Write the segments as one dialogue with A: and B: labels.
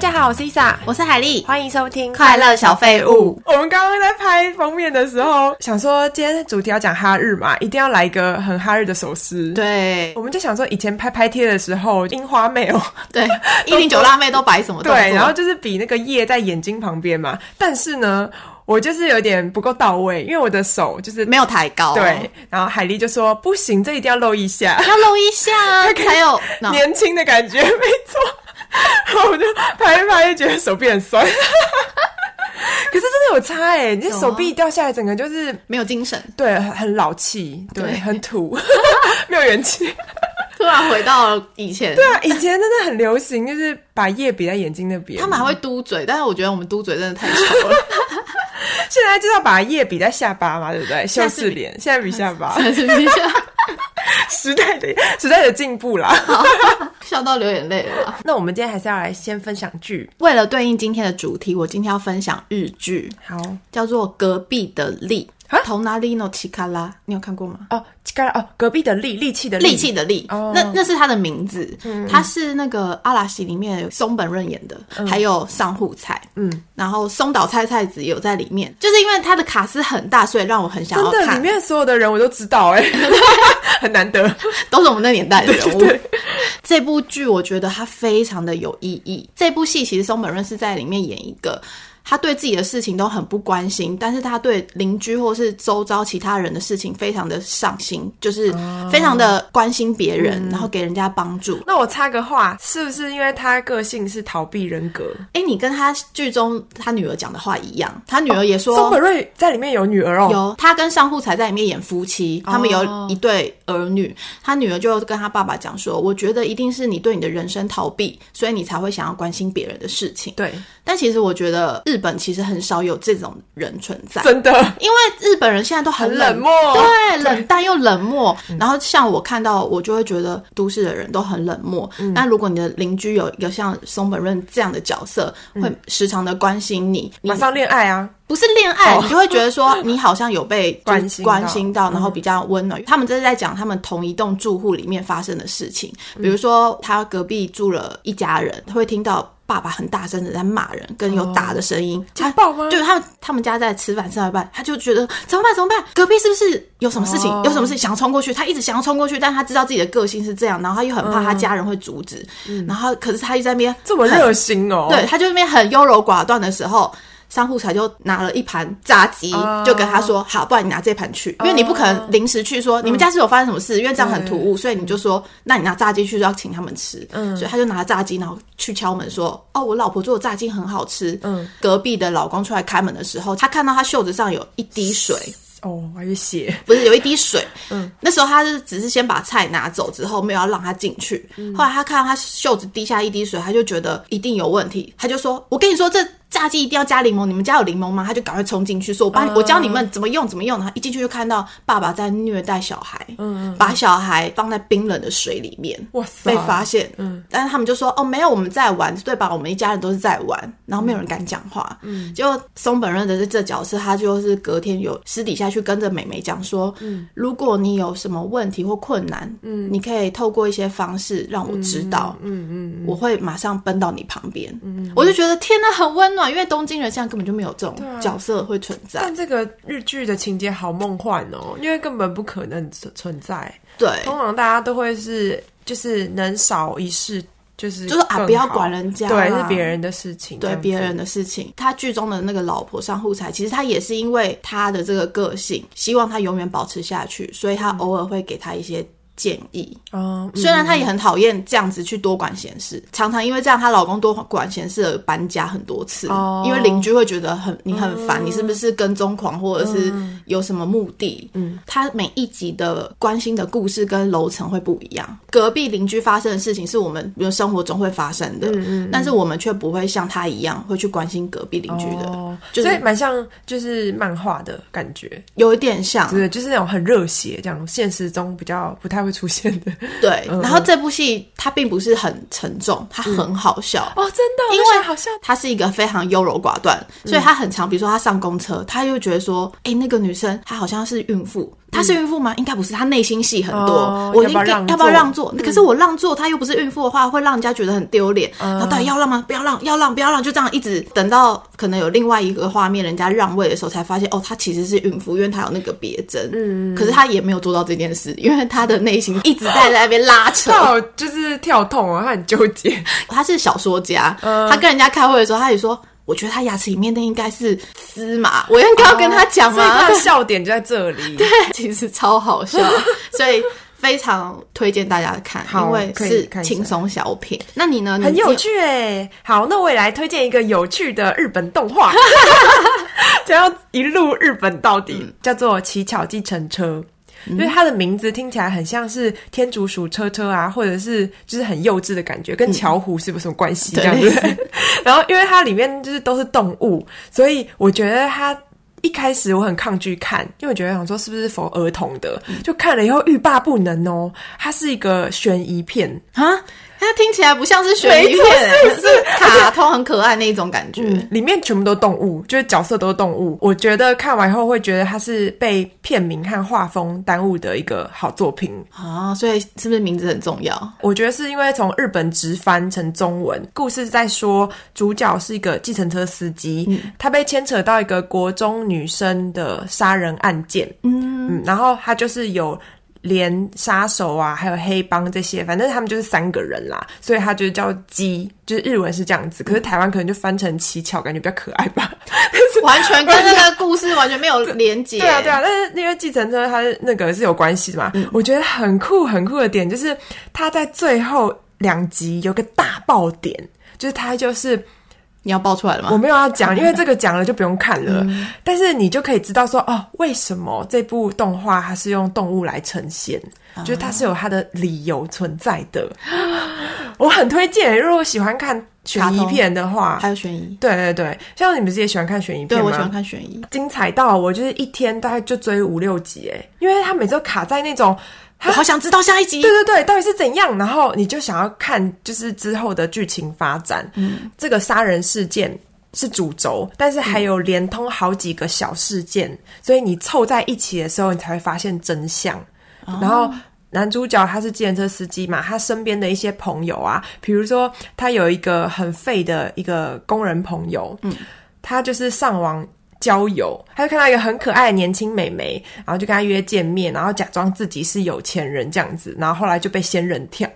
A: 家好，我是 Isa，
B: 我是海丽，
A: 欢迎收听。
B: 快乐小废物。
A: 哦我们刚刚在拍封面的时候，想说今天主题要讲哈日嘛，一定要来一个很哈日的手撕。，
B: 对
A: 我们就想说以前拍拍贴的时候，樱花妹哦，
B: 对，一零九辣妹都摆什么动作？
A: 对，然后就是比那个叶在眼睛旁边嘛，但是呢，我就是有点不够到位，因为我的手就是
B: 没有抬高，
A: 对，，然后海丽就说不行，这一定要露一下。
B: 要露一下啊， 才有那
A: 年轻的感觉，没错。 然后我就拍一拍，就觉得手臂很 酸。可是真的有差哎、你这
B: 有啊
A: 手臂掉下来，整个就是
B: 没有精神，
A: 对，很很老气，对，
B: 对
A: 很 土，没有元气。
B: 突然回到了以前。
A: 对啊，以前真的很流行，就是把叶比在眼睛那边。
B: 他们还会嘟嘴，但是我觉得我们嘟嘴真的太丑 了，
A: 现在就是要把叶比在下巴嘛，对不 对？
B: 现
A: 修
B: 在是
A: 饰脸，现在比下巴，
B: 是不是？
A: 时代的时代的进步啦。
B: 笑到流眼泪了吧。
A: 那我们今天还是要来先分享剧，
B: 为了对应今天的主题，我今天要分享日剧，
A: 好
B: 叫做《隔壁的力
A: 啊》
B: 头拿里诺奇卡拉，你有看过吗？
A: 哦，刚哦，隔壁的力，力气的
B: 力气的力，
A: 哦嗯
B: 那那是他的名字，他是那个阿拉西里面有松本润演的，还有上户菜，
A: 嗯，
B: 然后松岛菜菜子也有在里面，就是因为他的卡司很大，所以让我很想要
A: 真的，
B: 看，
A: 里面所有的人我都知道哎、 很难得。
B: 都是我们那年代的人物。
A: 对对
B: 这部剧我觉得它非常的有意义。这部戏其实松本润是在里面演一个。他对自己的事情都很不关心，但是他对邻居或是周遭其他人的事情非常的上心，就是
A: 哦
B: 非常的关心别
A: 嗯
B: 人，然后给人家帮助。
A: 那我插个话，是不是因为他个性是逃避人格？
B: 哎、你跟他剧中他女儿讲的话一样，他女儿也说、
A: 松本瑞在里面有女哦儿哦，
B: 有，他跟上户才在里面演夫妻，他们
A: 哦
B: 有一对儿女，他女儿就跟他爸爸讲说，我觉得一定是你对你的人生逃避，所以你才会想要关心别人的事情。
A: 对，
B: 但其实我觉得日本其实很少有这种人存在。
A: 真的
B: 因为日本人现在都很
A: 很
B: 冷
A: 冷漠
B: 对，冷淡又冷漠。
A: 嗯
B: 然后像我看到，我就会觉得都市的人都很冷漠。
A: 嗯
B: 那如果你的邻居有一个像松本润这样的角色，会时常的关心你，你
A: 嗯马上恋爱啊，
B: 不是恋爱，
A: 哦
B: 你就会觉得说你好像有被就是
A: 关心到嗯
B: 关心到，然后比较温暖。他们这是在讲他们同一栋住户里面发生的事情，比
A: 嗯
B: 如说他隔壁住了一家人，他会听到。爸爸很大声的在骂人，跟
A: 哦
B: 有打的声音，
A: 家暴吗
B: 就是他们他们家在吃饭，吃到一半，他就觉得怎么办怎么办？隔壁是不是有什么事情？
A: 哦
B: 有什么事情想要冲过去？他一直想要冲过去，但他知道自己的个性是这样，然后他又很怕
A: 嗯
B: 他家人会阻止，然后可是他又在那边
A: 这么
B: 很
A: 热心哦，
B: 对，他就那边很优柔寡断的时候，商户才就拿了一盘炸鸡，
A: 哦
B: 就跟他说：“好，不然你拿这盘去，因为你不可能临时去说、你们家是有发生什么事，因为这样很突兀，所以你就说，那你拿炸鸡去就要请他们吃。”嗯，所以他就拿了炸鸡，然后去敲门说：“哦，我老婆做的炸鸡很好吃。”
A: 嗯
B: 嗯，隔壁的老公出来开门的时候，他看到他袖子上有一滴水。
A: 哦，我还以写
B: 不是有一滴水，嗯，那时候他是只是先把菜拿走之后，没有要让他进去。后来他看到他袖子滴下一滴水，他就觉得一定有问题，他就说：“我跟你说，这炸鸡一定要加柠檬，你们家有柠檬吗？”他就赶快冲进去说：“我帮你，我教你们怎么用，怎么用。”然后一进去就看到爸爸在虐待小孩，嗯，把小孩放在冰冷的水里面，
A: 哇塞
B: 被发现，嗯，但是他们就说哦，没有，我们在玩，对吧？我们一家人都是在玩，然后没有人敢讲话，嗯，结果松本润的这这角色，他就是隔天有私底下去跟着美美讲说，嗯，如果你有什么问题或困难，嗯，你可以透过一些方式让我知道，嗯嗯，我会马上奔到你旁边，嗯，我就觉得天呐，很温暖，因为东京人现在根本就没有这种角色会存在，
A: 但这个日剧的情节好梦幻哦，因为根本不可能存存在。
B: 对，
A: 通常大家都会是就是能少一事，就是
B: 就是啊，
A: 更
B: 不要
A: 好
B: 管人家啦，
A: 对，是别人的事情，这
B: 对
A: 样子
B: 别人的事情。他剧中的那个老婆上户彩，其实他也是因为他的这个个性，希望他永远保持下去，所以
A: 嗯
B: 他偶尔会给他一些建议。
A: 哦，嗯
B: 虽然她也很讨厌这样子去多管闲事，常常因为这样，她老公多管闲事而搬家很多次，
A: 哦嗯
B: 因为邻居会觉得很你很烦，你是不是跟踪狂或者是有什么目的？嗯，她每一集的关心的故事跟楼层会不一样，隔壁邻居发生的事情是我们比如生活中会发生
A: 嗯
B: 的，但是我们却不会像她一样会去关心隔壁邻居的，
A: 哦
B: 就是
A: 所以蛮像就是漫画的感觉，
B: 有一点像，
A: 对，就是那种很热血这样，现实中比较不太会出现的。
B: 对。
A: 嗯
B: 然后这部戏它并不是很沉重，它很好笑。
A: 哦，真的，
B: 因
A: 我就
B: 为
A: 想好像
B: 他是一个非常优柔嗯寡断，所以他很常，比如说他上公车，他又觉得说，哎、那个女生她好像是孕妇，她是孕妇吗？应该不是，她内心戏很多。
A: 哦
B: 我
A: 要
B: 应
A: 不要
B: 该
A: 让
B: 要不要
A: 座
B: 让座？嗯可是我让座，她又不是孕妇的话，会让人家觉得很丢脸。然后到底要让吗？不要让，要让，不要让，就这样一直等到可能有另外一个画面，人家让位的时候，才发现哦，她其实是孕妇，因为她有那个别针。嗯，可是她也没有做到这件事，因为她的内心一直在那边拉扯。
A: 他好就是跳痛啊，他很纠结。
B: 他是小说家，
A: 嗯
B: 他跟人家开会的时候，他也说，我觉得他牙齿里面那应该是芝麻，我应该要跟他讲
A: 哦所 以
B: 吗
A: 他？的笑点就在这里。
B: 其实超好笑，所以非常推荐大家看，
A: 好
B: 因为
A: 可以
B: 是
A: 看一下
B: 轻松小品。那你呢？你
A: 很有
B: 你
A: 趣哎。好，那我也来推荐一个有趣的日本动 画，想要一路日本到底，
B: 嗯
A: 叫做《乞巧计程车》。因为它的名字听起来很像是天竺鼠车车啊，或者是就是很幼稚的感觉，
B: 嗯
A: 跟巧虎是不是有什么关系这样子？ 然后因为它里面就是都是动物，所以我觉得它一开始我很抗拒看，因为我觉得想说是不是否儿童的，
B: 嗯
A: 就看了以后欲罢不能哦。它是一个悬疑片，
B: 啊？它听起来不像是悬疑片、欸，是卡通很可爱那一种感觉。
A: 里面全部都动物，就是角色都是动物。我觉得看完以后会觉得它是被片名和画风耽误的一个好作品。
B: 啊，所以是不是名字很重 要？
A: 我觉得是因为从日本直翻成中文，故事在说主角是一个计程车司机，他被牵扯到一个国中女生的杀人案件，嗯然后他就是有。连杀手啊，还有黑帮这些，反正他们就是三个人啦，所以他就叫鸡，就是日文是这样子，可是台湾可能就翻成乞巧，感觉比较可爱吧。
B: 完全跟那个故事完全没有连接。
A: 对啊，对啊，但是因为计程车它是那个是有关系的嘛，
B: 嗯
A: 我觉得很酷很酷的点就是它在最后两集有个大爆点，就是它就是
B: 你要爆出来了
A: 我
B: 吗？
A: 没有要讲，因为 这个讲了就不用看了，
B: 嗯
A: 但是你就可以知道说哦，为什么这部动画它是用动物来呈现，
B: 啊
A: 就是它是有它的理由存在的。我很推荐，如果喜欢看悬疑片的话
B: 还，有悬疑，
A: 对对对，像你们自己也喜欢看悬疑片
B: 对
A: 吗？
B: 我喜欢看悬疑。
A: 精彩到我就是一天大概就追五六集哎，因为他每次都卡在那种，
B: 我好想知道下一集
A: 对。对对，到底是怎样，然后你就想要看就是之后的剧情发展，嗯，这个杀人事件。是主轴，但是还有连通好几个小事件，所以你凑在一起的时候，你才会发现真相。然后男主角他是计程车司机嘛，他身边的一些朋友啊，比如说他有一个很废的一个工人朋友，嗯，他就是上网。交友，他就看到一个很可爱的年轻美眉，然后就跟她约见面，然后假装自己是有钱人这样子，然后后来就被仙人跳，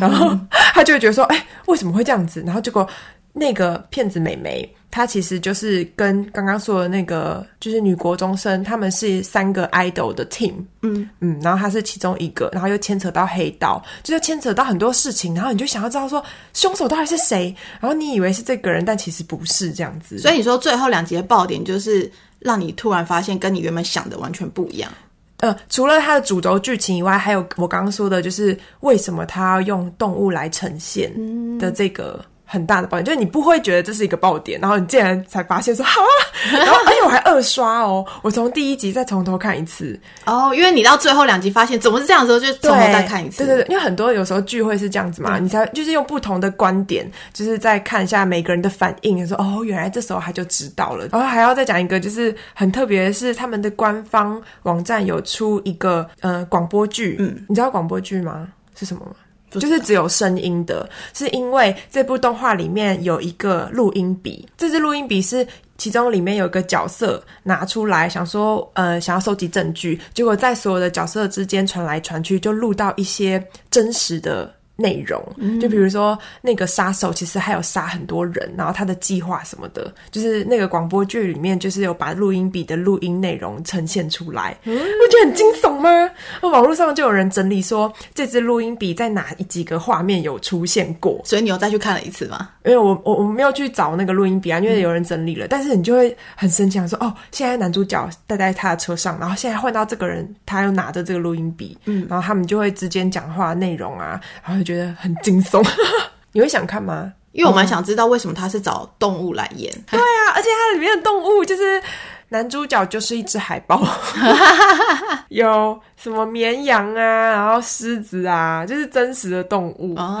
A: 然后他就会觉得说，哎、为什么会这样子？然后结果那个骗子美眉，她其实就是跟刚刚说的那个就是女国中生，他们是三个 idol 的 team，嗯，然后他是其中一个，然后又牵扯到黑道，就是牵扯到很多事情，然后你就想要知道说凶手到底是谁，然后你以为是这个人，但其实不是这样子。
B: 所以你说最后两集的爆点就是让你突然发现跟你原本想的完全不一样。
A: 呃，除了它的主轴剧情以外，还有我刚刚说的，就是为什么他要用动物来呈现的这个很大的爆点，就是你不会觉得这是一个爆点，然后你竟然才发现说 好啊，然后而且我还二刷哦，我从第一集再从头看一次，
B: 哦，因为你到最后两集发现怎么是这样的时候，就从
A: 对，
B: 头再看一次。
A: 对对对，因为很多有时候聚会是这样子嘛，你才就是用不同的观点，就是再看一下每个人的反应，说哦，原来这时候他就知道了。然后还要再讲一个，就是很特别的是，他们的官方网站有出一个呃广播剧，嗯，你知道广播剧吗？是什么吗？就是只有声音的，是因为这部动画里面有一个录音笔，这支录音笔是其中里面有一个角色拿出来，想说呃想要收集证据，结果在所有的角色之间传来传去，就录到一些真实的。内容就比如说，那个杀手其实还有杀很多人，然后他的计划什么的，就是那个广播剧里面就是有把录音笔的录音内容呈现出来，我觉得很惊悚吗？那网络上就有人整理说，这支录音笔在哪几个画面有出现过，
B: 所以你又再去看了一次吗？
A: 因为我我我没有去找那个录音笔啊，因为有人整理了，但是你就会很生气，想说哦，现在男主角待在他的车上，然后现在换到这个人，他又拿着这个录音笔，嗯，然后他们就会之间讲话内容啊，然后就觉得很惊悚。 你会想看吗？
B: 因为我蛮想知道为什么他是找动物来演，
A: 对啊，而且它里面的动物就是男主角就是一只海 豹，有什么绵羊啊，然后狮子啊，就是真实的动物。
B: 哦，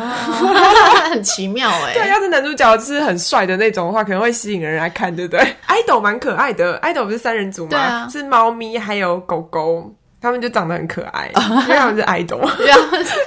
B: 很奇妙哎、
A: 对，要是男主角是很帅的那种的话，可能会吸引人来 看，对不对？爱豆蛮可爱的，爱豆不是三人组吗？
B: 对啊
A: 是猫咪还有狗狗。他们就长得很可 爱，因为他们是 idol，
B: 对啊，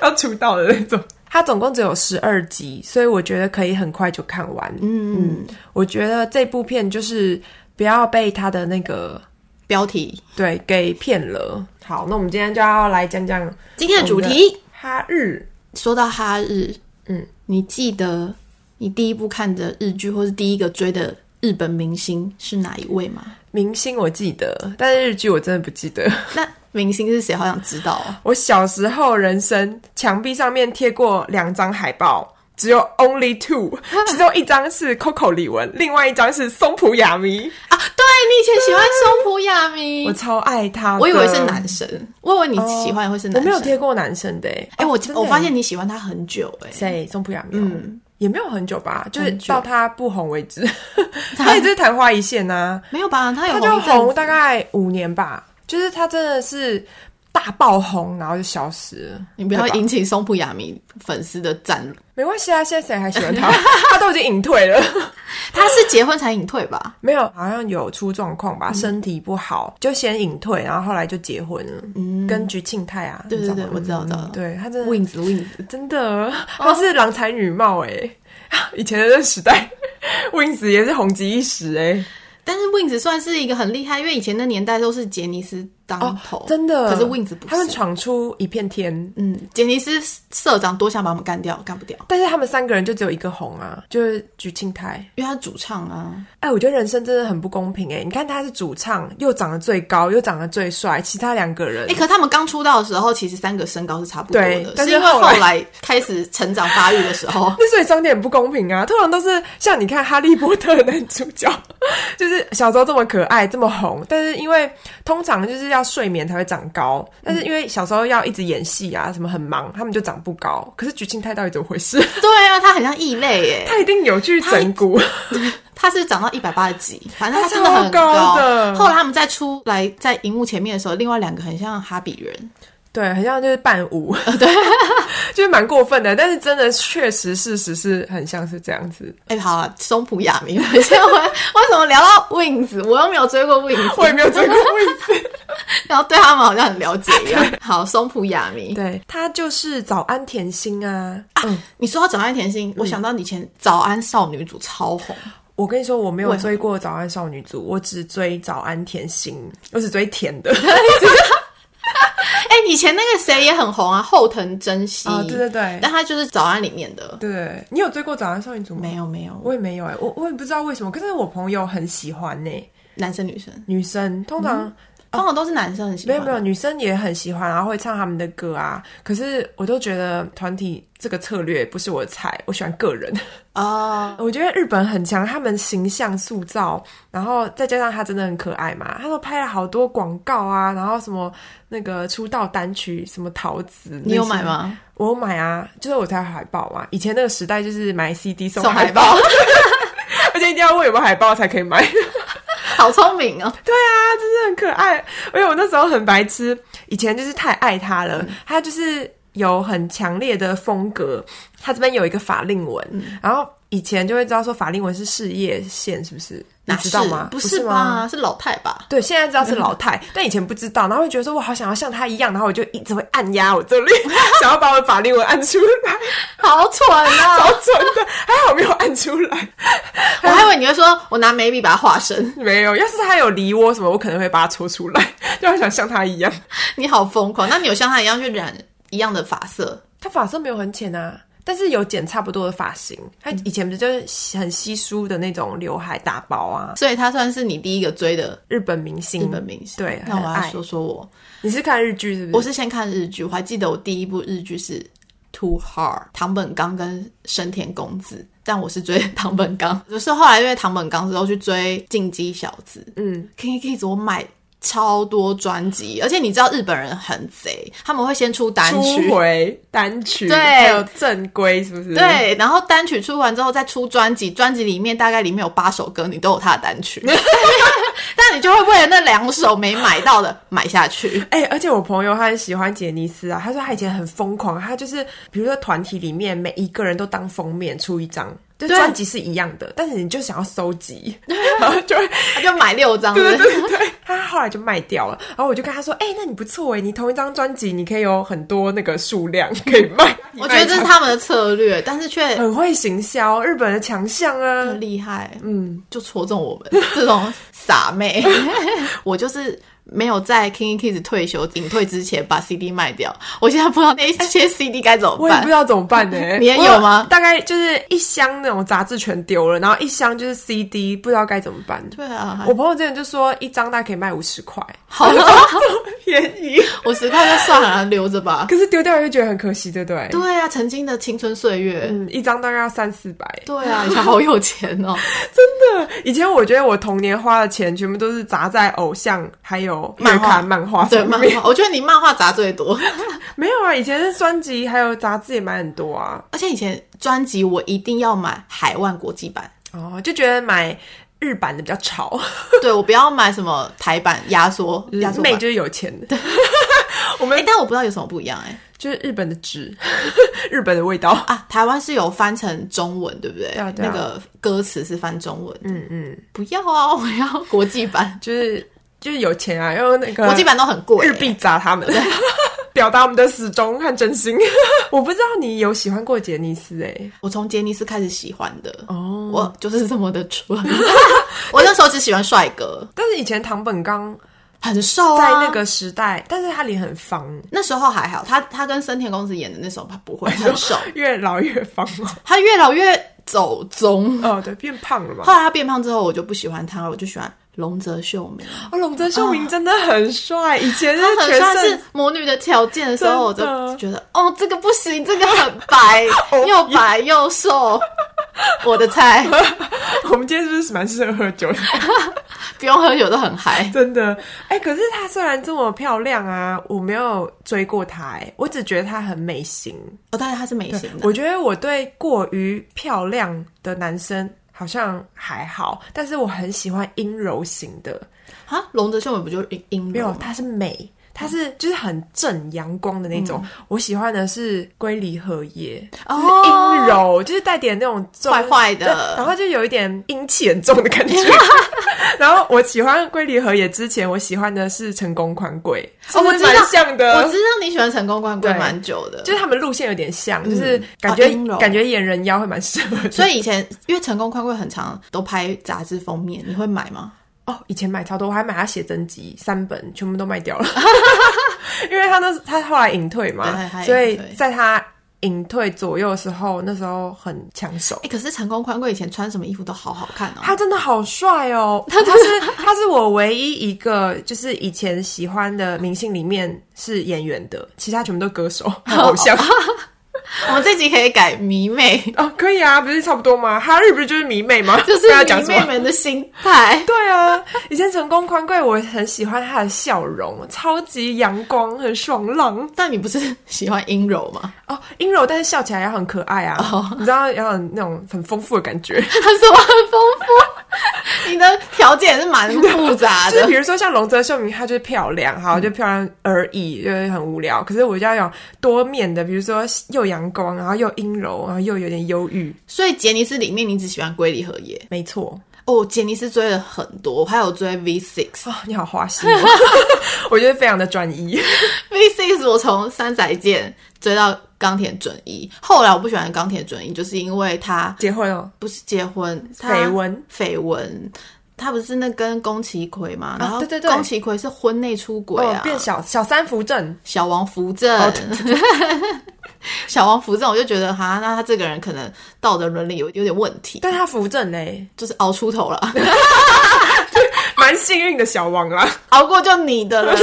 A: 要出道的那种。它总共只有十二集，所以我觉得可以很快就看完。
B: 嗯，
A: 我觉得这部片就是不要被它的那个
B: 标题，
A: 对给骗了。好，那我们今天就要来讲讲
B: 今天的主
A: 我们
B: 题，
A: 哈日。
B: 说到哈日，
A: 嗯，
B: 你记得你第一部看的日剧，或是第一个追的日本明星是哪一位吗？
A: 明星我记得，但是日剧我真的不记得。
B: 那明星是谁？好想知道哦。
A: 我小时候人生墙壁上面贴过两张海报，只有 only two，其中一张是 Coco 李玟，另外一张是松浦亚弥。
B: 啊，对你以前喜欢松浦亚弥，
A: 我
B: 我
A: 超爱他，
B: 以为是男，生，我以为你喜欢会是
A: 哦我
B: 男
A: 没
B: 生。
A: 有贴过男生的、欸。
B: 哎、我
A: 哦真的
B: 我发现你喜欢他很久哎、
A: 谁松浦亚弥，嗯，也没有很久吧，就是
B: 很久
A: 到他不红为 止，他也是昙花一现呐、
B: 没有吧？他有
A: 他
B: 红
A: 就
B: 一阵子
A: 红大概五年吧，就是他真的是大爆红，然后就消失了。
B: 你不要
A: 对吧
B: 引起松浦亚弥粉丝的战论。
A: 没关系啊，现在谁还喜 欢他？他都已经隐退了。
B: 他是结婚才隐退吧？
A: 没有，好像有出状况
B: 嗯
A: 吧，身体不好，就先隐退，然后后来就结婚了，跟菊庆泰啊，
B: 嗯对
A: 你
B: 对
A: 吗
B: 对，我知道，我知哦道。
A: 对他真的
B: Wins Wins，
A: 真的，他是郎才女貌哎、 以前的那时代 ，Wins 也是红极一时哎、
B: 但是 Wins 算是一个很厉害，因为以前的年代都是杰尼斯当头，
A: 真的。
B: 哦可是 Wins 不
A: 他们
B: 是，
A: 闯出一片天，
B: 嗯，杰尼斯社长多想把我们干掉，干不掉，
A: 但是他们三个人就只有一个红啊，就是菊庆泰。
B: 因为他是主唱啊。
A: 哎，我觉得人生真的很不公平哎、你看他是主唱，又长得最高，又长得最帅，其他两个人
B: 哎、可他们刚出道的时候，其实三个身高是差不多
A: 对
B: 的，
A: 但是
B: 因为
A: 后
B: 后
A: 来，
B: 来开始成长发育的时候
A: 那所以商店很不公平啊！通常都是像你看《哈利波特》的男主角， 就是小时候这么可爱、这么红，但是因为通常就是要睡眠才会长高，但是因为小时候要一直演戏啊，什么很忙，他们就长不高。可是菊庆泰到底怎么回事？
B: 对啊，他很像异类耶，
A: 他一定有去整蛊，
B: 他是长到一百八十几，反正他真的
A: 他超
B: 很
A: 高的
B: 后来他们再出来在荧幕前面的时候，另外两个很像哈比人，
A: 对，很像就是伴 舞，哦对，就是蛮过分的。但是真的确实事实是很像是这样子，
B: 哎、好、啊，松浦亚弥， 我现在为为什么聊到 Wings？我又没有追过 Wings，
A: 我也没有追过位置。
B: 然后对他们好像很了解一样。好，松浦亚弥，
A: 对他就是早安甜心啊，嗯。
B: 你说到早安甜心，我想到以前早安少女组超红，
A: 我跟你说，我没有
B: 为何
A: 追过《早安少女组》，我只追《早安甜心》，我只追甜 的。
B: 哎、以前那个谁也很红啊，后藤真希、
A: 啊对对对
B: 但她就是早安里面的，
A: 对，你有追过《早安少女组》吗？
B: 没有没有，
A: 我也没有哎、我我也不知道为什么，可是我朋友很喜欢呢、
B: 男生女生
A: 女生通常、
B: 通常都是男生很嗯喜
A: 没
B: 欢，
A: 有没有，女生也很喜欢，然后会唱他们的歌啊。可是我都觉得团体这个策略不是我的菜，我喜欢个人。
B: 啊、
A: 我觉得日本很强，他们形象塑造，然后再加上他真的很可爱嘛，他都拍了好多广告啊，然后什么那个出道单曲，什么桃子，
B: 你有买？吗？
A: 我有买啊，就是我才有海报啊嘛。以前那个时代就是买 CD 送
B: 送
A: 海
B: 海
A: 报，
B: 报，
A: 而且一定要问有没有海报才可以买。
B: 好聪明哦！
A: 对啊，真的很可爱。因为我那时候很白痴，以前就是太爱他
B: 嗯
A: 了，他就是有很强烈的风格。他这边有一个法令纹，
B: 嗯
A: 然后以前就会知道说法令纹是事业线，是不是？你
B: 哪
A: 知道吗？
B: 是不
A: 是
B: 是
A: 吗？
B: 吧？是老太吧？
A: 对，现在知道是老 太，但以前不知道，然后会觉得说我好想要像他一样，然后我就一直会按压我 这里，想要把我的法令纹按出来，
B: 好蠢
A: 好
B: 啊！
A: 蠢的，还好没有按出来。
B: 我还以为你会说，我拿眉笔把它画深。
A: 没有，要是他有理我什么，我可能会把它戳出来，就很想像他一样。
B: 你好疯狂！那你有像他一样去染一样的发色？
A: 他发色没有很浅啊，但是有剪差不多的发型。他以前不就是很稀疏的那种刘海打薄啊？
B: 所以他算是你第一个追的
A: 日本明星，
B: 日本明星。
A: 嗯对，
B: 那
A: 很
B: 我要
A: 爱
B: 说说我，
A: 你是看日剧是不
B: 我
A: 是？
B: 是先看日剧，我还记得我第一部日剧是《Too Hard》，唐本刚跟生田公子。但我是追唐本 刚，就是后来因为唐本刚之后去追进击小子，
A: 嗯
B: ，K K Kids 我买超多专辑，而且你知道日本人很贼，他们会先出单曲，
A: 初回单曲，
B: 对
A: 还有正规是不是？，
B: 对，然后单曲出完之后再出专辑，专辑里面大概里面有八首歌，你都有他的单 曲，但你就会为了那两首没买到的买下去。
A: 哎、而且我朋友他很喜欢杰尼斯啊，他啊说他以前很疯狂，他就是比如说团体里面每一个人都当封面出一张，就
B: 对
A: 专辑是一样的，但是你就想要收 集，然后就会
B: 他就买六张，
A: 对
B: 对
A: 对对对， 他后来就卖掉了。然后我就跟他说：“哎、那你不错哎，你同一张专辑你可以有很多那个数量可以卖。”
B: 我觉得这是他们的策略，但是却
A: 很会行销，日本的强项啊
B: 很。厉害，
A: 嗯，
B: 就戳中我们这种傻 妹。我就是没有在 King Kids 退休隐退之前把 CD 卖掉，我现在不知道那些 CD 该怎么
A: 哎我也
B: 办
A: 不知。道怎么办呢、欸
B: 你也有
A: 我
B: 吗
A: 大概就是一箱那种杂志全丢了，然后一箱就是 CD，不知道该怎么办。
B: 对啊，
A: 我朋友之前就说一张大概可以卖五十 块，
B: 好了，
A: 便宜，
B: 我十块就算了，留着吧。
A: 可是丢掉又觉得很可惜，对不对？
B: 对啊，曾经的青春岁月。
A: 嗯，一张大概要三四百。
B: 对啊，你好有钱哦！
A: 以前我觉得我童年花的钱全部都是砸在偶像还有月
B: 漫画
A: 刊漫画
B: 对
A: 上
B: 漫
A: 面，
B: 画，我觉得你漫画砸最多，
A: 没有啊，以前是专辑还有杂志也买很多啊。
B: 而且以前专辑我一定要买海外国际版，
A: 哦，就觉得买日版的比较潮，
B: 对我不要买什么台版压缩压缩
A: 妹
B: 版。
A: 就是有钱的，我
B: 哎、
A: 们
B: 但我不知道有什么不一样哎、
A: 就是日本的纸， 日本的味道。
B: 啊，台湾是有翻成中文，对不对？
A: 对啊对啊
B: 那个歌词是翻中文。
A: 嗯嗯，
B: 不要啊，我要国际 版，
A: 就是就是有钱啊，用那个
B: 国际版都很贵、
A: 日币砸他们， 表达我们的始终和真心。 我不知道你有喜欢过杰尼斯哎、
B: 我从杰尼斯开始喜欢的，
A: 哦，
B: 我就是这么的 蠢。我那时候只喜欢帅哥，
A: 但是以前唐本刚
B: 很瘦、啊，
A: 在那个时代，但是他脸很方，
B: 那时候还好，他他跟森田公子演的那时候他 不会很瘦，
A: 越老越方哦。
B: 他越老越走中。
A: 哦，对，变胖了嘛。
B: 后来他变胖之后，我就不喜欢他，我就喜欢龙泽秀明。
A: 哦，龙泽秀明真的很帅，以 前是
B: 啊很
A: 全
B: 算
A: 盛
B: 是魔女的条件的时哦候，我就
A: 真的
B: 觉得哦，这个不行，这个很 白，又白又 瘦，我的菜，
A: 我们今天是不是蛮适合喝 酒的？
B: 不用喝酒都很嗨。
A: 真的，哎、可是她虽然这么漂亮啊，我没有追过她、哎，我只觉得她很美型。
B: 哦，但是他是美型的，
A: 我觉得我对过于漂亮的男生好像还好，但是我很喜欢阴柔型的，
B: 啊，龙泽秀明不就是阴阴
A: 没
B: 柔
A: 有，
B: 吗？
A: 她是美。她是
B: 嗯
A: 就是很正阳光的那种，我喜欢的是龟梨和也，
B: 哦
A: 就是阴柔，就是带点那种重
B: 坏坏的
A: 对然后就有一点阴气很重的 感觉。然后我喜欢龟梨和也之前，我喜欢的是成功宽贵，
B: 哦，我
A: 是
B: 知
A: 不是
B: 道
A: 蛮像的，
B: 我知道你喜欢成功冠贵
A: 对
B: 蛮久的，
A: 就是他们路线有点像，就是感觉、
B: 哦阴柔
A: 感觉演人妖会蛮适合的。
B: 所以以前因为成功宽贵很常都拍杂志封面，你会买吗？
A: 哦，以前买超多，我还买他写真集三本，全部都卖掉 了，因为他那他后来隐退
B: 对
A: 嘛
B: 他，隐退
A: 所以在他隐退左右的时候，那时候很抢手
B: 哎、。可是成功宽贵以前穿什么衣服都好好看哦。
A: 他真的好帅 哦！他是他是我唯一一个就是以前喜欢的明星里面是演员的，其他全部都 歌手、还有偶像
B: 我们这集可以改迷妹，
A: 哦，可以啊，不是差不多吗？哈日不是就是迷妹吗？
B: 就是
A: 不然要讲
B: 迷
A: 什么
B: 妹？们的心态。
A: 对啊，以前成功宽贵，我很喜欢他的笑容，超级阳光，很爽朗
B: 但你不是喜欢阴柔吗？
A: 哦，阴柔，但是笑起来要很可爱啊你知道要有那种很丰富的感 觉。
B: 他什么很丰富？你的条件也是蛮复杂
A: 就是
B: 的
A: 比。如说像龙泽秀明，她就是漂亮，好就漂亮而已，就是很无聊。可是我就要有多面的，比如说又阳光，然后又阴柔，然后又有点忧郁。
B: 所以杰尼斯里面你只喜欢龟梨和也
A: 没错，
B: 哦，杰尼斯追了很多，我还有追 V Six
A: 哦，你好花心、 哦，我觉得非常的专一。
B: V Six，我从三宅健追到冈田准一。后来我不喜欢冈田准一，就是因为他
A: 结婚哦，
B: 不是结婚，他
A: 绯闻，
B: 绯闻。他不是那跟宫崎葵嘛，然后
A: 啊对对对
B: 宫崎葵是婚内出轨
A: 哦
B: 啊，，
A: 变小小三扶正，
B: 小王扶正，
A: 哦
B: 小王扶正，我就觉得哈，那他这个人可能道德伦理有有点问题，
A: 但他扶正嘞，
B: 就是熬出头了，
A: 蛮幸运的小王 啦，
B: 熬过就你的 了啦。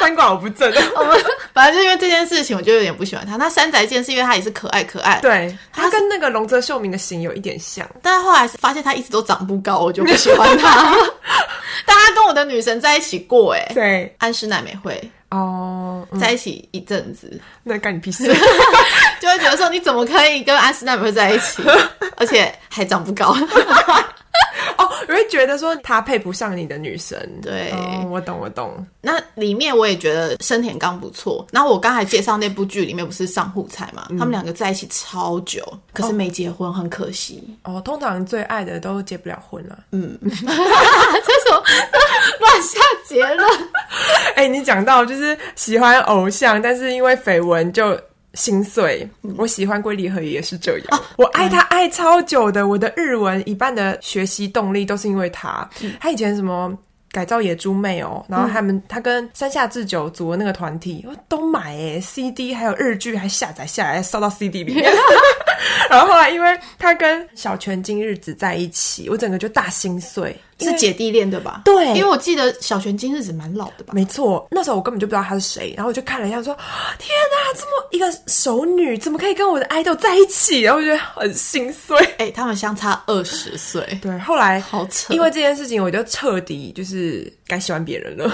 A: 三哦观我不正。
B: 我们反正就因为这件事情，我就有点不喜欢他。那山宅健是因为他也是可爱可爱，
A: 对他跟那个龙泽秀明的型有一点像，
B: 但是后来发现他一直都长不高，我就不喜欢 他。但他跟我的女神在一起过、欸，哎，
A: 对
B: 安室奈美惠
A: 哦，嗯
B: 在一起一阵子，
A: 那干你屁事。
B: 就 会觉得说你怎么可以跟安室奈美惠在一起，而且还长不高。
A: 哦，你会觉得说她配不上你的女生。
B: 对
A: 哦我懂，我懂。
B: 那里面我也觉得生田刚不错。然后我刚才介绍那部剧里面不是上户彩嘛，他们两个在一起超久，可是没结婚，很可 惜。
A: 哦，通常最爱的都结不了婚了。
B: 啊这种乱下结论。
A: 哎、你讲到就是喜欢偶像，但是因为绯闻就心碎。我喜欢龟梨和也是这样，我爱他爱超久的，我的日文一半的学习动力都是因为他。他以前什么。改造野猪妹哦，然后他们、他跟山下智久组的那个团体，我都买哎 CD，还有日剧，还下载下来，烧到 CD 里面。然后后来因为他跟小泉今日子在一起，我整个就大心碎，因
B: 是
A: 为
B: 姐弟恋对吧？
A: 对
B: 因为我记得小泉今日子蛮老的吧？
A: 没错，那时候我根本就不知道她是谁，然后我就看了一下，说：“天哪，这么一个熟女，怎么可以跟我的 idol 在一起？”然后我觉得很心碎。
B: 哎、他们相差二十岁，
A: 对，后来
B: 好扯
A: 因为这件事情，我就彻底就是该喜欢别人了。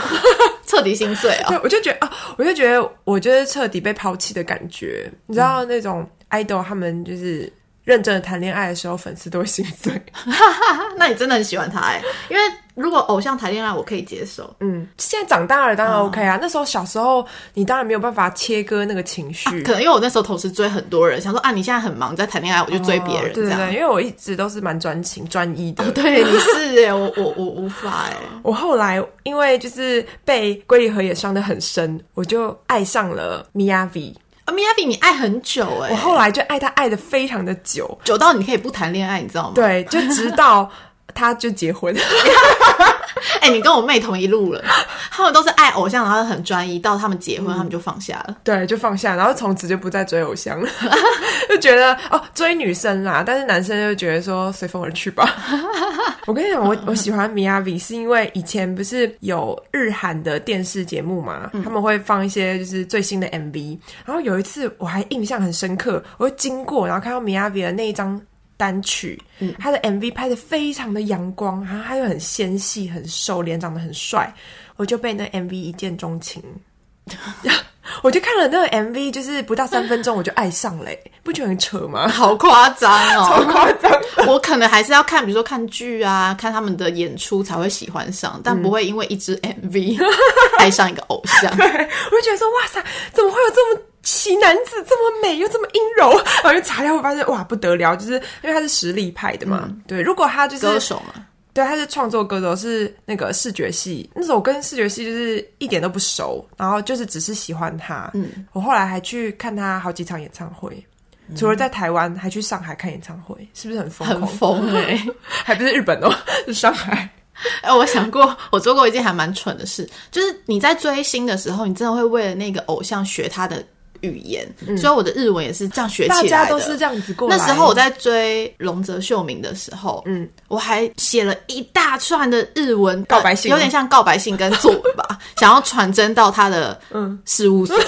B: 彻底心碎哦
A: 对，。我就觉得啊，我就觉得我就是彻底被抛弃的感觉。你知道那种 idol 他们就是认真的谈恋爱的时候，粉丝都会心 碎。
B: 那你真的很喜欢他哎、因为如果偶像谈恋爱，我可以接受。
A: 嗯，现在长大了当然 OK 啊，那时候小时候你当然没有办法切割那个情绪。
B: 可能因为我那时候同时追很多人，想说啊，你现在很忙在谈恋爱，我就追别人、
A: 哦对
B: 这
A: 对
B: 样。
A: 对，因为我一直都是蛮专情、专一的。
B: 对，你是哎、我我我无法哎、
A: 我后来因为就是被龟梨和也伤得很深，我就爱上了 Miyavi。
B: 啊 m i y a v i 你爱很久哎、
A: 我后来就爱他爱的非常的久，
B: 久到你可以不谈恋爱，你知道吗？，
A: 对，就直到他就结婚。
B: 哎、你跟我妹同一路了， 他们都是爱偶像，然后很专一，到他们结婚，
A: 嗯
B: 他们就放下了。
A: 对，就放下，然后从此就不再追偶像了， 就觉得哦追女生啦，但是男生就觉得说随风而去吧。我跟你讲，我我喜欢 Miyavi 是因为以前不是有日韩的电视节目嘛，他们会放一些就是最新的 MV，然后有一次我还印象很深刻，我就经过然后看到 Miyavi 的那一张。单曲，他的 MV 拍的非常的阳光，然后他又很纤细、很瘦，脸长得很帅，我就被那 MV 一见钟情。我就看了那个 MV，就是不到三分钟我就爱上了欸、不觉得很扯吗？
B: 好夸张
A: 好
B: 哦！
A: 夸张！
B: 我可能还是要看，比如说看剧啊，看他们的演出才会喜欢上，
A: 嗯
B: 但不会因为一支 MV 爱上一个偶像。
A: 对，我就觉得说，哇塞，怎么会有这么奇男子这么美又这么阴柔？然后就查料，我发现哇不得了，就是因为他是实力派的嘛。对，如果他就是
B: 歌手 嘛，
A: 对，他是创作歌手，是那个视觉系。那时候我跟视觉系就是一点都不熟，然后就是只是喜欢他。嗯，我后来还去看他好几场演唱会。除了在台湾，还去上海看演唱会，是不是很疯
B: 很
A: 狂？
B: 疯哎、
A: 还不是日本哦， 是上海。
B: 哎、我想过，我做过一件还蛮蠢的事，就是你在追星的时候，你真的会为了那个偶像学他的语言，所以我的日文也是这样学起来
A: 嗯大
B: 的。
A: 家都是这样子过来。
B: 那时候我在追龙泽秀明的时候，嗯，我还写了一大串的日文
A: 告白信
B: 有点像告白信跟作文 吧，想要传真到他的嗯事务所。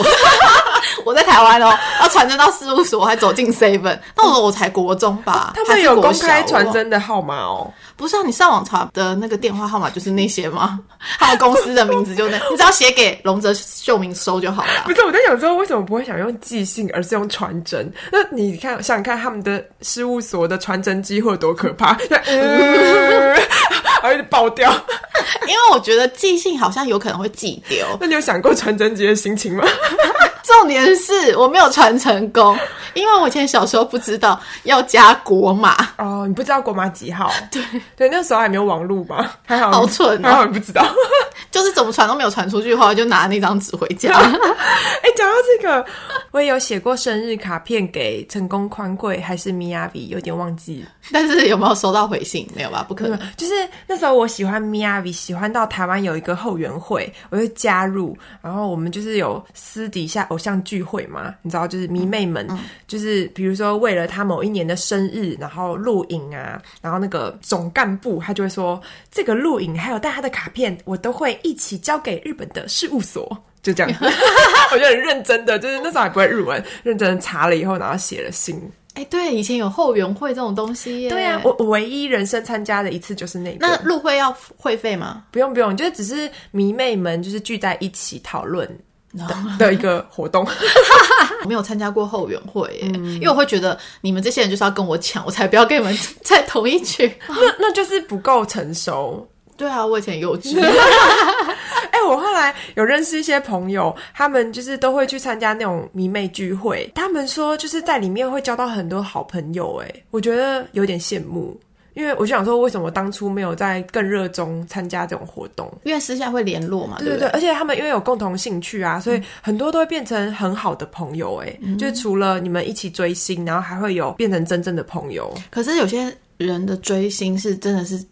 B: 我在台湾哦，要传真到事务所，我还走进 seven。那我我才国中吧，
A: 他
B: 还
A: 们
B: 是
A: 有
B: 国
A: 公
B: 小
A: 开
B: 我
A: 传
B: 忘
A: 真的号码哦。
B: 不是啊，你上网查的那个电话号码就是那些吗？他们公司的名字就那，你只要写给龙泽秀明收就好了啊
A: 不。是，我在想说，为什么不会想用寄信，而是用传真？那你看，想想看他们的事务所的传真机会有多可怕？就呃 然后就爆掉。
B: 因为我觉得寄信好像有可能会寄丢，
A: 那你有想过传真机的心情吗？
B: 重点是我没有传成功，因为我以前小时候不知道要加国码，
A: 哦，你不知道国码几号？对对，那时候还没有网路吧？还好你，
B: 好蠢哦
A: 还好你不 知道。
B: 就是怎么传都没有传出去的话，我就拿那张纸回 家。
A: 哎、讲到这个，我也有写过生日卡片给成功宽贵还是米亚比，有点忘记了。
B: 但是有没有收到回信？没有吧？不可能。
A: 就是那时候我喜欢 Miyavi，喜欢到台湾有一个后援会，我就加入，然后我们就是有私底下偶像聚会嘛，你知道，就是迷妹们，就是比如说为了他某一年的生日，然后录影啊，然后那个总干部他就会说，这个录影还有带他的卡片，我都会一起交给日本的事务所。 就这样子，我就很认真的，就是那时候还不会日文，认真地查了以后，然后写了信。
B: 哎、对，以前有后援会这种东西耶。
A: 对啊，我我唯一人生参加的一次就是那个。
B: 那入会要会费吗？
A: 不用不用，就是只是迷妹们就是聚在一起讨论
B: 然后
A: 的一个活动。
B: 我没有参加过后援会耶，因为我会觉得你们这些人就是要跟我抢，我才不要跟你们 在同一群。
A: 那那就是不够成熟。
B: 对啊，我以前很幼稚，
A: 哎、我后来有认识一些朋友，他们就是都会去参加那种迷妹聚会，他们说就是在里面会交到很多好朋友、哎，我觉得有点羡慕，因为我就想说，为什么当初没有在更热衷参加这种活动？
B: 因为私下会联络嘛，
A: 对
B: 不
A: 对对，？而且他们因为有共同兴趣啊，所以很多都会变成很好的朋友、哎、就是除了你们一起追星，然后还会有变成真正的朋友。
B: 可是有些人的追星是真的是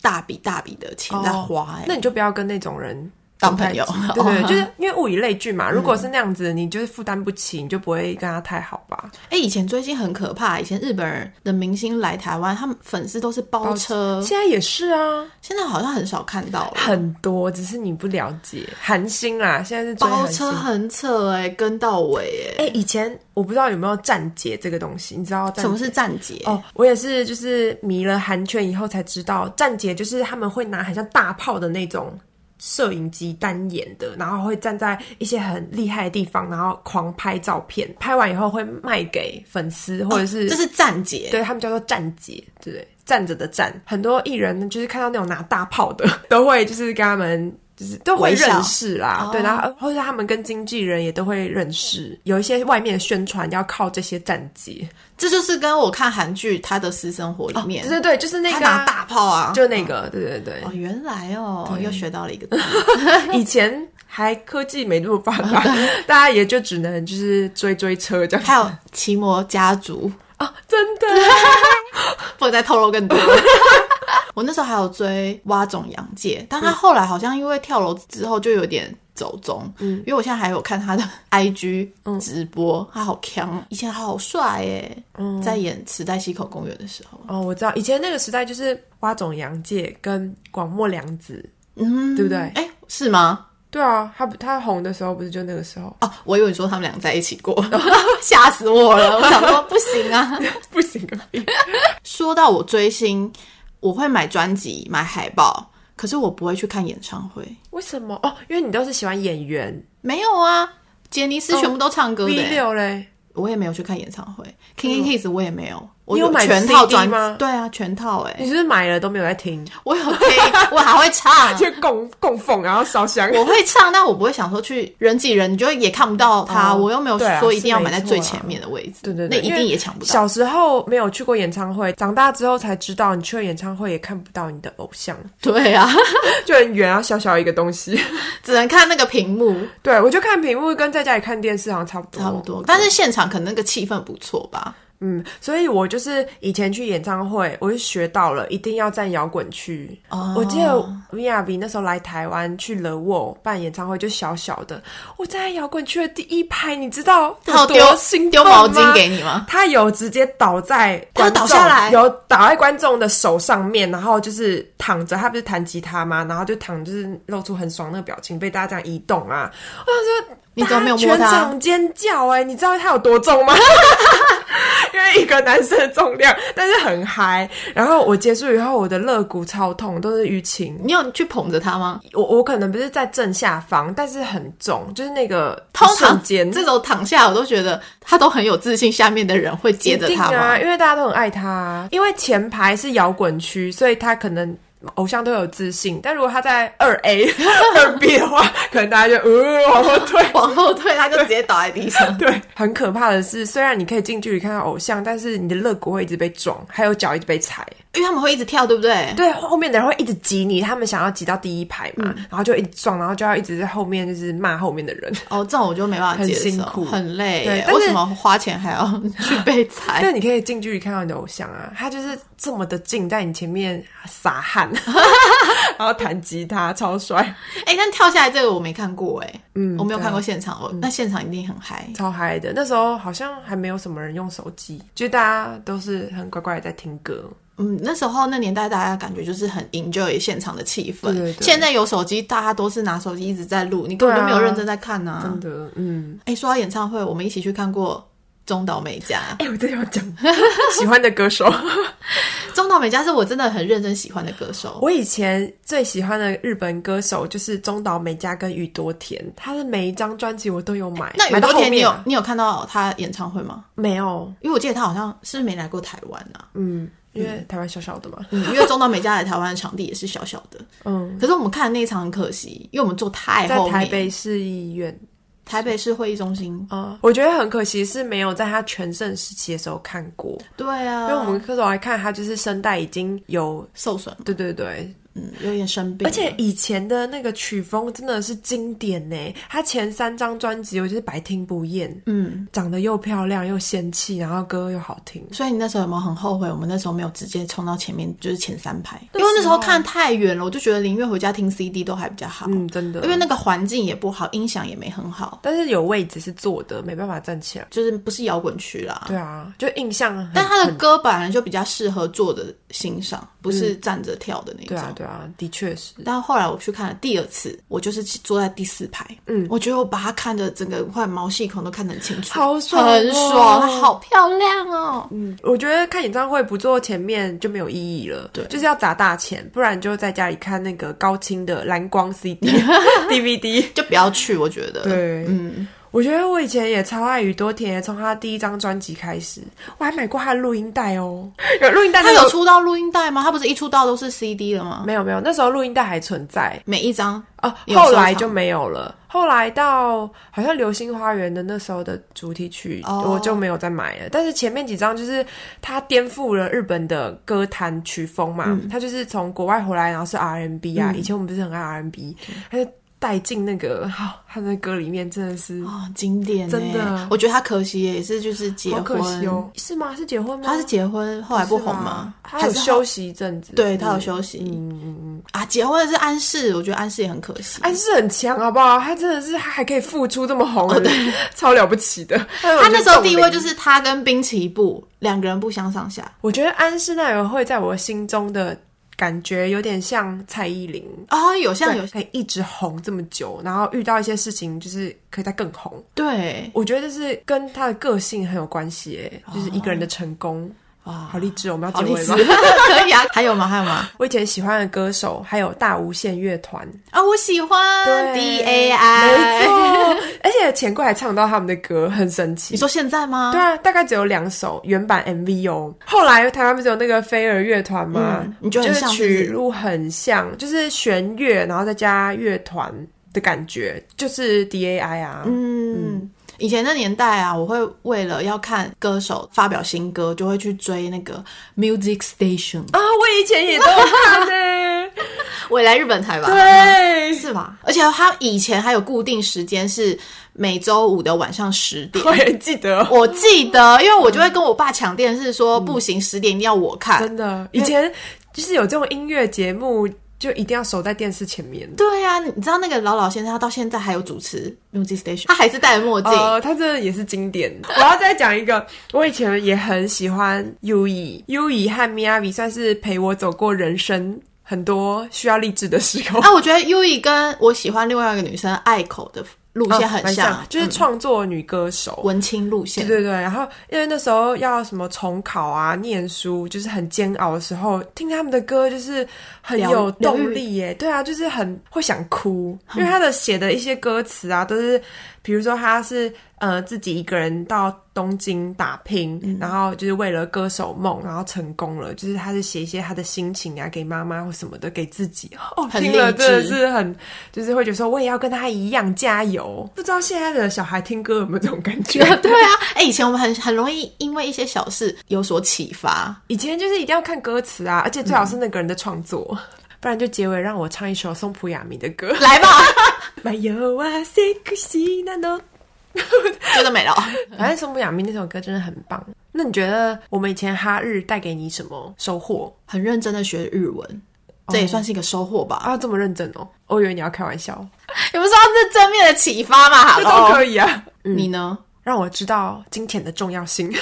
B: 大笔大笔的钱在花、哎、
A: 那你就不要跟那种人
B: 当朋 友
A: 对对，就是因为物以类聚嘛。如果是那样子，你就是负担不起，你就不会跟他太好吧？
B: 哎、以前追星很可怕，以前日本人的明星来台湾，他们粉丝都是包车，
A: 现在也是啊，
B: 现在好像很少看到了。
A: 哦很多，只是你不了解。韩星啦，现在是追
B: 包
A: 韩
B: 车
A: 星。
B: 很扯哎、跟到尾哎、
A: 哎、以前我不知道有没有站姐这个东西，你知道站
B: 什么是站姐？
A: 哎哦，我也是，就是迷了韩圈以后才知道，站姐就是他们会拿很像大炮的那种摄影机单眼的，然后会站在一些很厉害的地方，然后狂拍照片，拍完以后会卖给粉丝或者是、
B: 哦 这是站姐，
A: 对他们叫做站姐，对不对？站着的站，很多艺人就是看到那种拿大炮的，都会就是跟他们。就是都会
B: 微笑
A: 认识啦，
B: 哦
A: 对，然后或者是他们跟经纪人也都会认识，有一些外面的宣传要靠这些站姐，
B: 这就是跟我看韩剧他的私生活里面，
A: 对对对，哦就是那
B: 他
A: 个啊嗯
B: 拿大炮啊，
A: 就那个，对对对
B: 哦，，原来哦，又学到了一个字。
A: 以前还科技没那么发 达，大家也就只能就是追追车这样
B: 还有奇摩家族，
A: 啊，真的，
B: 不能再透露更多。 我那时候还有追蛙种洋介，但他后来好像因为跳楼之后就有点走中，嗯，因为我现在还有看他的 IG
A: 嗯
B: 直播，他好强，哦以前好帅耶，
A: 嗯
B: 在演《池袋西口公园》的时候，
A: 哦，我知道，以前那个时代就是花种洋介跟广末凉子，
B: 嗯，
A: 对不对
B: 哎、是吗？
A: 对啊，他不他红的时候不是就那个时候，
B: 哦，我以为你说他们俩在一起过， 吓死我了！我想说不行啊。
A: 不行个屁，
B: 说到我追星，我会买专辑、买海报，可是我不会去看演唱会。
A: 为什么？哦，因为你都是喜欢演员
B: 没有啊，杰尼
A: 哦
B: 斯全部都唱歌的、欸
A: V 六嘞，
B: 我也没有去看演唱会。King and Kids 我也没有，我
A: 嗯你有买
B: 全套
A: CD
B: 专
A: 吗嗯
B: 对啊，全套哎、
A: 你是不是买了都没有在听，
B: 我有听，我还会唱。 啊
A: 就供供奉然后烧香，
B: 我会唱，但我不会想说去人挤人，你就也看不到他。
A: 哦
B: 我又没有
A: 对啊
B: 说一定要
A: 是
B: 买
A: 没
B: 在
A: 错
B: 最
A: 啦
B: 前面的位置，
A: 对对对，
B: 那一
A: 因为
B: 定也抢不到。
A: 小时候没有去过演唱会，长大之后才知道，你去了演唱会也看不到你的偶像，
B: 对啊，
A: 就很远啊，小小一个东西。
B: 只能看那个屏幕，
A: 对，我就看屏幕，跟在家里看电视好像差不多。
B: 差不多。但是现场可能那个气氛不错吧？
A: 嗯，所以我就是以前去演唱会，我就学到了一定要站摇滚区。
B: 哦
A: 我记得 V R V 那时候来台湾去了我办演唱会，就小小的，我站在摇滚区的第一排，你知道
B: 他有
A: 有
B: 丢
A: 多心
B: 丢
A: 动
B: 毛
A: 吗
B: 巾给你吗？
A: 他有直接倒在
B: 他
A: 观
B: 有
A: 众，
B: 倒下来
A: 有倒在观众的手上面，然后就是躺着。他不是弹吉他吗？然后就躺，就是露出很爽那个表情，被大家这样移动啊！我
B: 你
A: 想
B: 怎
A: 说，
B: 么没有
A: 大家
B: 摸他
A: 全场尖叫哎、你知道他有多重吗？因为一个男生的重量，但是很嗨。然后我结束以后，我的肋骨超痛，都是淤青。
B: 你有去捧着他吗？
A: 我我可能不是在正下方，但是很重，就是那个
B: 通常
A: 瞬间
B: 这种躺下，我都觉得他都很有自信，下面的人会接着他
A: 一定
B: 吗？
A: 啊，因为大家都很爱他、啊。因为前排是摇滚区，所以他可能偶像都有自信。但如果他在二 A、二 B 的话，可能大家就呃往后退。。
B: 往后退，他就直接倒在地上
A: 对，很可怕的是，虽然你可以近距离看到偶像，但是你的肋骨会一直被撞，还有脚一直被踩。
B: 因为他们会一直跳，对不对？
A: 对，后面的人会一直挤你，他们想要挤到第一排嘛，然后就一直撞，然后就要一直在后面就是骂后面的人。
B: 哦，这种我就没办法接受，
A: 很辛苦
B: 很累
A: 对
B: 耶。
A: 但是
B: 为什么花钱还 要去被踩？
A: 但你可以近距离看到你的偶像啊，他就是这么的近，在你前面撒汗，然后弹吉他，超帅，
B: 哎、但跳下来这个我没看过，哎，嗯，我没有看过
A: 啊
B: 现场，我、那现场一定很嗨。
A: 超嗨的。那时候好像还没有什么人用手机，就大家都是很乖乖的在听歌。
B: 嗯，那时候那年代大家感觉就是很 enjoy 现场的气氛。
A: 对对对
B: 现在有手机，大家都是拿手机一直在录，你根本就没有
A: 对啊
B: 认真在看呐、啊
A: 真。的，嗯，
B: 哎、说到演唱会，我们一起去看过中岛美嘉。
A: 哎、我真的要讲喜欢的歌手，
B: 中岛美嘉是我真的很认真喜欢的歌手。
A: 我以前最喜欢的日本歌手就是中岛美嘉跟宇多田，他的每一张专辑我都有买。
B: 那
A: 买
B: 宇
A: 到
B: 多
A: 后
B: 田，你
A: 面
B: 有
A: 啊
B: 你有看到他演唱会吗？
A: 没有？
B: 因为我记得他好像是没来过台湾啊，
A: 嗯，因为台湾小小的嘛。
B: 嗯因为中岛美嘉来台湾的场地也是小小的。
A: 嗯，
B: 可是我们看的那一场很可惜，因为我们坐太
A: 在
B: 后面，
A: 台北市医院
B: 台北市会议中心。
A: 啊、我觉得很可惜是没有在他全盛时期的时候看过，
B: 对啊，
A: 因为我们歌手来看他就是声带已经有，
B: 受损，
A: 对对对，
B: 嗯，有点生病，
A: 而且以前的那个曲风真的是经典呢。他前三张专辑我就是百听不厌，
B: 嗯，
A: 长得又漂亮又仙气，然后歌又好听。
B: 所以你那时候有没有很后悔？我们那时候没有直接冲到前面，就是前三排，
A: 那
B: 因
A: 时候
B: 为那时候看太远了，我就觉得宁愿回家听 CD 都还比较好，
A: 嗯，真的，
B: 因为那个环境也不好，音响也没很好，
A: 但是有位置是坐的，没办法站起来。
B: 就是不是摇滚区啦。
A: 对啊，就印象很。
B: 但他的
A: 很
B: 歌本来就比较适合坐着欣赏，不是站着跳的那
A: 嗯对啊
B: 种。
A: 对啊，的确是。
B: 但后来我去看了第二次，我就是坐在第四排，嗯，我觉得我把它看的整个快毛细孔都看得很清楚，
A: 好爽哦嗯
B: 很爽，它好漂亮哦，
A: 我觉得看演唱会不坐前面就没有意义了，对，就是要砸大钱，不然就在家里看那个高清的蓝光 CD、DVD。
B: 就不要去，我觉得，
A: 对
B: 嗯，
A: 我觉得我以前也超爱宇多田，从他第一张专辑开始，我还买过他的录音带哦， 有录音带
B: 他
A: 那时
B: 有
A: 候
B: 出到录音带吗？他不是一出道都是 CD 了吗？
A: 没有没有，那时候录音带还存在
B: 每一张
A: 哦，
B: 有
A: 后
B: 收
A: 来
B: 藏
A: 就没有了。后来到好像《流星花园》的那时候的主题曲
B: 哦
A: 我就没有再买了。但是前面几张就是他颠覆了日本的歌坛曲风嘛，
B: 嗯
A: 他就是从国外回来，然后是 R&B 啊，以前我们不是很爱 R&B，他就带进那个，好、他的歌里面真的是。
B: 哦，经典欸
A: 嗯真的
B: 我觉得他可惜也是就是结
A: 好可惜
B: 婚，
A: 哦，是吗？是结婚吗？
B: 他是结婚后来不红
A: 是
B: 吗？
A: 他
B: 还
A: 有
B: 是他
A: 休息一阵子，
B: 对他
A: 他
B: 有休息，嗯嗯嗯啊，结婚的是安室，我觉得安室也很可惜，
A: 安室哎很强，好不好？他真的是，他还可以复出这么红，超了不起的。他
B: 哦他那时候地位就是他跟滨崎步两个人不相上下
A: 我觉得安室奈美惠在我心中的感觉有点像蔡依林，
B: 啊、有像有
A: 可以一直红这么久，然后遇到一些事情就是可以再更红。
B: 对
A: 我觉得就是跟她的个性很有关系，诶，就是一个人的成功。
B: 哇
A: 好励志哦，我们
B: 哦
A: 要
B: 好
A: 结
B: 励
A: 尾
B: 志，
A: 吗？
B: 可以啊，还有吗？还有吗？
A: 我以前喜欢的歌手还有大无限乐团，
B: 啊，我喜欢 D A
A: 没
B: I，
A: 错，而且钱柜还唱到他们的歌，很神奇
B: 你。说现在吗？
A: 对啊，大概只有两首原版 MV 哦。后来台湾不是有那个飞儿乐团吗？
B: 嗯你觉得很像
A: 就是
B: 是不是
A: 曲路很像，就是弦乐，然后再加乐团的感觉，就是 DAI 啊。
B: 嗯，以前的年代啊，我会为了要看歌手发表新歌，就会去追那个 Music Station。
A: 啊，我以前也都有看呢、
B: 我也来日本台吧，
A: 对，
B: 是吧？而且他以前还有固定时间是每周五的晚上十点。
A: 我也记得，
B: 我记得，因为我就会跟我爸抢电视说，不行，十点一定要我看。
A: 真的，以前就是有这种音乐节目，就一定要守在电视前面。
B: 对呀、你知道那个老老先生，他到现在还有主持 Music Station，他还是戴着墨镜。
A: 呃，他真的也是经典。我要再讲一个，我以前也很喜欢优以，优以和米亚比算是陪我走过人生很多需要励志的时 候。
B: 啊，我觉得 U E 跟我喜欢另外一个女生爱口的路线很
A: 哦蛮
B: 像，嗯
A: 就是创作女歌手。
B: 文青路线。
A: 对对对，然后因为那时候要什么重考啊、念书，就是很煎熬的时候，听他们的歌就是很
B: 疗
A: 有
B: 疗愈嗯
A: 动力耶。对啊，就是很会想哭，因为他的写的一些歌词啊，都是比如说他是呃自己一个人到东京打拼，
B: 嗯
A: 然后就是为了歌手梦，然后成功了，就是他是写一些他的心情啊，给妈妈或什么的，给自己哦，
B: 很
A: 听了
B: 励
A: 真的
B: 志
A: 是很就是会觉得说我也要跟他一样加油。不知道现在的小孩听歌有没有这种感觉？
B: 对啊，哎、以前我们很很容易因为一些小事有所启发。
A: 以前就是一定要看歌词啊，而且最好是那个人的创作， 不然就结尾让我唱一首松浦亚弥的歌。
B: 来吧，
A: My you are sexy 那 no，
B: 真的没了。
A: 反正松浦亚弥那首歌真的很棒。那你觉得我们以前哈日带给你什么收获
B: 很认真的学日文，这也算是一个收获吧。
A: 哦啊？这么认真哦，我以为你要开玩笑，
B: 你们说是正面的启发嘛？哈
A: 这都
B: 喽，
A: 可以啊。
B: 你呢？
A: 让我知道金钱的重要性。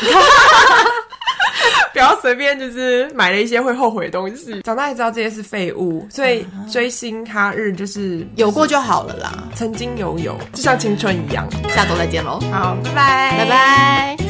A: 不要随便就是买了一些会后悔的东西，长大才知道这些是废物，所以追星哈日就是
B: 有过就好了啦。
A: 曾经拥有，就像青春一样。
B: 下周再见喽，
A: 好，拜拜，
B: 拜。拜。